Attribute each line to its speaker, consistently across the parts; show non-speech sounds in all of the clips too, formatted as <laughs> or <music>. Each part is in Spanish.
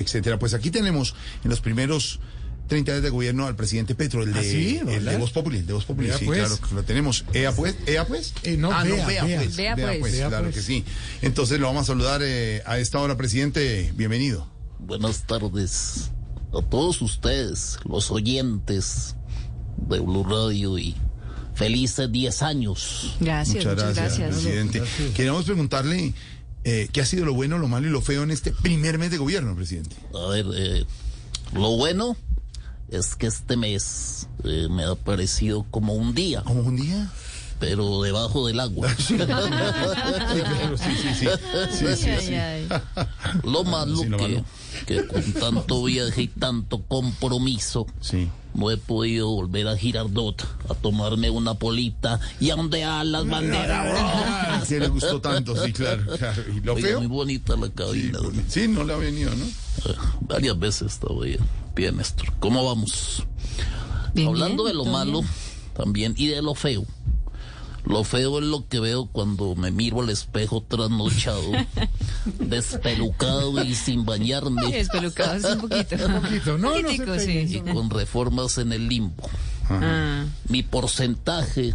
Speaker 1: etcétera. Pues aquí tenemos en los primeros 30 años de gobierno al presidente Petro, el de,
Speaker 2: ¿Ah, sí?
Speaker 1: el de
Speaker 2: ¿Verdad?
Speaker 1: Voz Populi, el de Voz Populi,
Speaker 2: Vea
Speaker 1: sí,
Speaker 2: pues.
Speaker 1: claro, que lo tenemos. ¿Ea pues? ¿Ea pues?
Speaker 2: Eh, no,
Speaker 1: ah,
Speaker 2: vea,
Speaker 1: no, vea,
Speaker 2: vea.
Speaker 1: pues.
Speaker 3: Vea pues.
Speaker 2: Vea
Speaker 1: claro
Speaker 2: pues.
Speaker 1: que sí. Entonces lo vamos a saludar eh, a esta hora, presidente. Bienvenido.
Speaker 4: Buenas tardes a todos ustedes, los oyentes de Blue Radio y felices 10 años.
Speaker 3: Gracias, muchas, gracias.
Speaker 1: presidente. Queremos preguntarle eh, qué ha sido lo bueno, lo malo y lo feo en este primer mes de gobierno, presidente.
Speaker 4: A ver, eh, lo bueno es que este mes eh, me ha parecido como un día,
Speaker 1: ¿Cómo un día?
Speaker 4: pero debajo del
Speaker 1: <laughs>
Speaker 4: agua. <laughs>
Speaker 1: Sí, claro, sí, sí, sí. Sí, sí, sí.
Speaker 4: Lo malo,
Speaker 1: Sí, lo
Speaker 4: que,
Speaker 1: malo.
Speaker 4: que con tanto viaje y tanto compromiso
Speaker 1: Sí.
Speaker 4: no he podido volver a Girardot a tomarme una polita y a ondear las banderas.
Speaker 1: Ah, que le gustó tanto, sí, claro. claro. ¿Y lo
Speaker 4: Oiga,
Speaker 1: feo?
Speaker 4: muy bonita la cabina. doña.
Speaker 1: Sí, no le ha venido, ¿no?
Speaker 4: Varias veces todavía. Bien, Néstor. ¿Cómo vamos?
Speaker 3: Bien,
Speaker 4: Hablando
Speaker 3: bien,
Speaker 4: de lo
Speaker 3: todo
Speaker 4: malo
Speaker 3: bien.
Speaker 4: también y de lo feo. Lo feo es lo que veo cuando me miro al espejo trasnochado,
Speaker 3: <laughs>
Speaker 4: despelucado y sin bañarme
Speaker 3: Despelucados un poquito.
Speaker 2: Un
Speaker 1: <laughs>
Speaker 2: poquito, no, no se
Speaker 3: Poquitico,
Speaker 2: peine,
Speaker 3: sí.
Speaker 4: y con reformas en el limbo.
Speaker 3: Ah.
Speaker 4: Mi porcentaje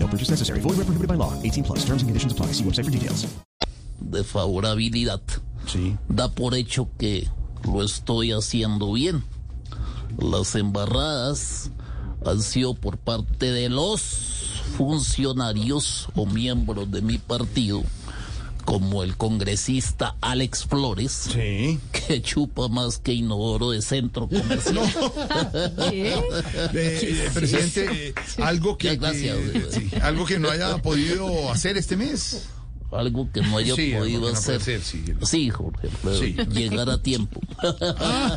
Speaker 5: No purchase necessary. Void where prohibited by law. 18 plus. Terms and conditions apply. See website for details.
Speaker 4: de favorabilidad
Speaker 1: Sí.
Speaker 4: da por hecho que lo estoy haciendo bien. Las embarradas han sido por parte de los funcionarios o miembros de mi partido, como el congresista Alex Flores,
Speaker 1: Sí.
Speaker 4: que chupa más que inodoro de
Speaker 1: <laughs>
Speaker 4: centro comercial.
Speaker 1: Eh, eh, presidente, eh, algo que,
Speaker 4: Ya, gracias,
Speaker 1: que-
Speaker 4: güey.
Speaker 1: sí, algo que no haya podido hacer este mes.
Speaker 4: Algo que no haya
Speaker 1: Sí, algo
Speaker 4: podido
Speaker 1: que no puede
Speaker 4: hacer.
Speaker 1: ser, sí.
Speaker 4: Jorge, pero
Speaker 1: Sí.
Speaker 4: llegar a tiempo.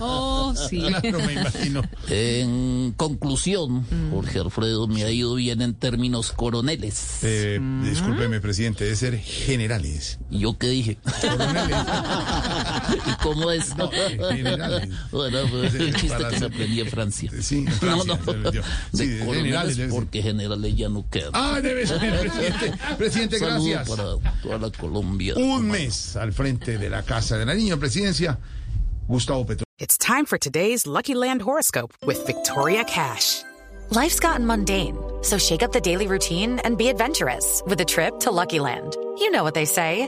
Speaker 3: Oh, sí.
Speaker 1: Claro, me imagino.
Speaker 4: En conclusión,
Speaker 1: Mm.
Speaker 4: Jorge Alfredo me ha ido bien en términos coroneles.
Speaker 1: Eh, discúlpeme, presidente, debe ser generales.
Speaker 4: ¿Y yo qué dije? ¿Y
Speaker 1: <laughs>
Speaker 4: cómo es? <laughs>
Speaker 1: generales.
Speaker 4: bueno, pues, el chiste
Speaker 1: Para
Speaker 4: que
Speaker 1: hacer-
Speaker 4: se aprendí en Francia.
Speaker 1: Sí, en Francia
Speaker 4: no,
Speaker 1: se
Speaker 4: no.
Speaker 1: metió. Sí,
Speaker 4: de
Speaker 1: de
Speaker 4: coroneles,
Speaker 1: generales debe ser.
Speaker 4: porque generales ya no quedan.
Speaker 1: Ah, debe ser, presidente. Presidente,
Speaker 4: Saludo
Speaker 1: gracias.
Speaker 4: para toda la Colombia.
Speaker 1: Un mes al frente de la Casa de la Niña, presidencia, Gustavo Petro.
Speaker 6: It's time for today's Lucky Land horoscope with Victoria Cash.
Speaker 7: Life's gotten mundane, so shake up the daily routine and be adventurous with a trip to Lucky Land. You know what they say